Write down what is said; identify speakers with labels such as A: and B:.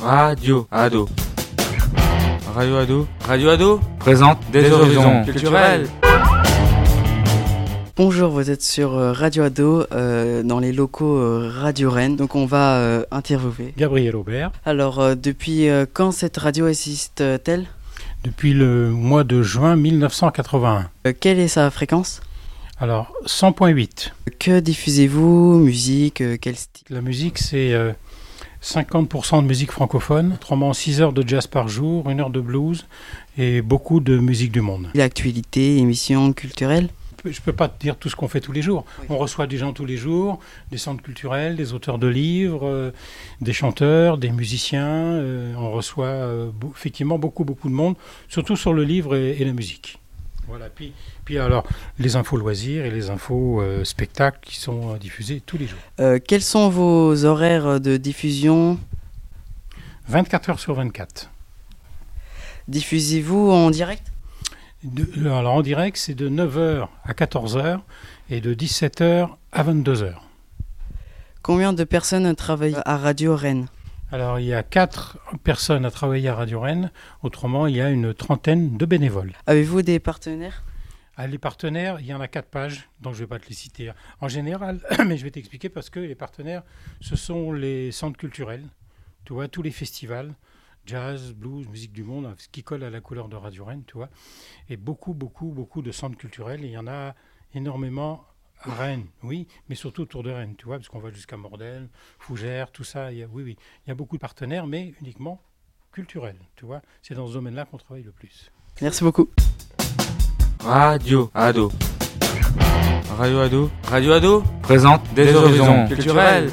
A: Radio Ado. Radio Ado. Radio Ado.
B: Présente
A: Des, horizons, culturels.
C: Bonjour, vous êtes sur euh, Radio Ado, euh, dans les locaux euh, Radio Rennes. Donc on va euh, interviewer.
D: Gabriel Aubert.
C: Alors, euh, depuis euh, quand cette radio existe-t-elle
D: Depuis le mois de juin 1981.
C: Euh, Quelle est sa fréquence
D: Alors, 100.8.
C: Que diffusez-vous Musique euh, Quel style
D: La musique, c'est euh, 50% de musique francophone, autrement 6 heures de jazz par jour, 1 heure de blues et beaucoup de musique du monde.
C: L'actualité, émissions culturelles
D: Je ne peux pas te dire tout ce qu'on fait tous les jours.
C: Oui.
D: On reçoit des gens tous les jours, des centres culturels, des auteurs de livres, euh, des chanteurs, des musiciens. euh, on reçoit euh, beau- effectivement beaucoup, beaucoup de monde, surtout sur le livre et, et la musique. Voilà, puis, puis alors les infos loisirs et les infos euh, spectacles qui sont euh, diffusés tous les jours.
C: Euh, Quels sont vos horaires de diffusion
D: 24 heures sur 24.
C: Diffusez-vous en direct
D: De- euh, alors en direct, c'est de 9h à 14h et de 17h à 22h.
C: Combien de personnes travaillent à Radio Rennes
D: Alors il y a 4 personnes à travailler à Radio Rennes, autrement il y a une trentaine de bénévoles.
C: Avez-vous des partenaires
D: Ah, les partenaires, il y en a 4 pages, donc je ne vais pas te les citer en général, mais je vais t'expliquer parce que les partenaires, ce sont les centres culturels, tu vois, tous les festivals, jazz, blues, musique du monde, ce qui colle à la couleur de Radio Rennes, tu vois, et beaucoup, beaucoup, beaucoup de centres culturels, et il y en a énormément à Rennes, oui, mais surtout autour de Rennes, tu vois, parce qu'on va jusqu'à Mordel, Fougères, tout ça, il y a, oui, oui, il y a beaucoup de partenaires, mais uniquement culturels, tu vois, c'est dans ce domaine-là qu'on travaille le plus.
C: Merci beaucoup.
A: Radio Ado. Radio Ado. Radio Ado.
B: présente
A: Des, horizons, culturels.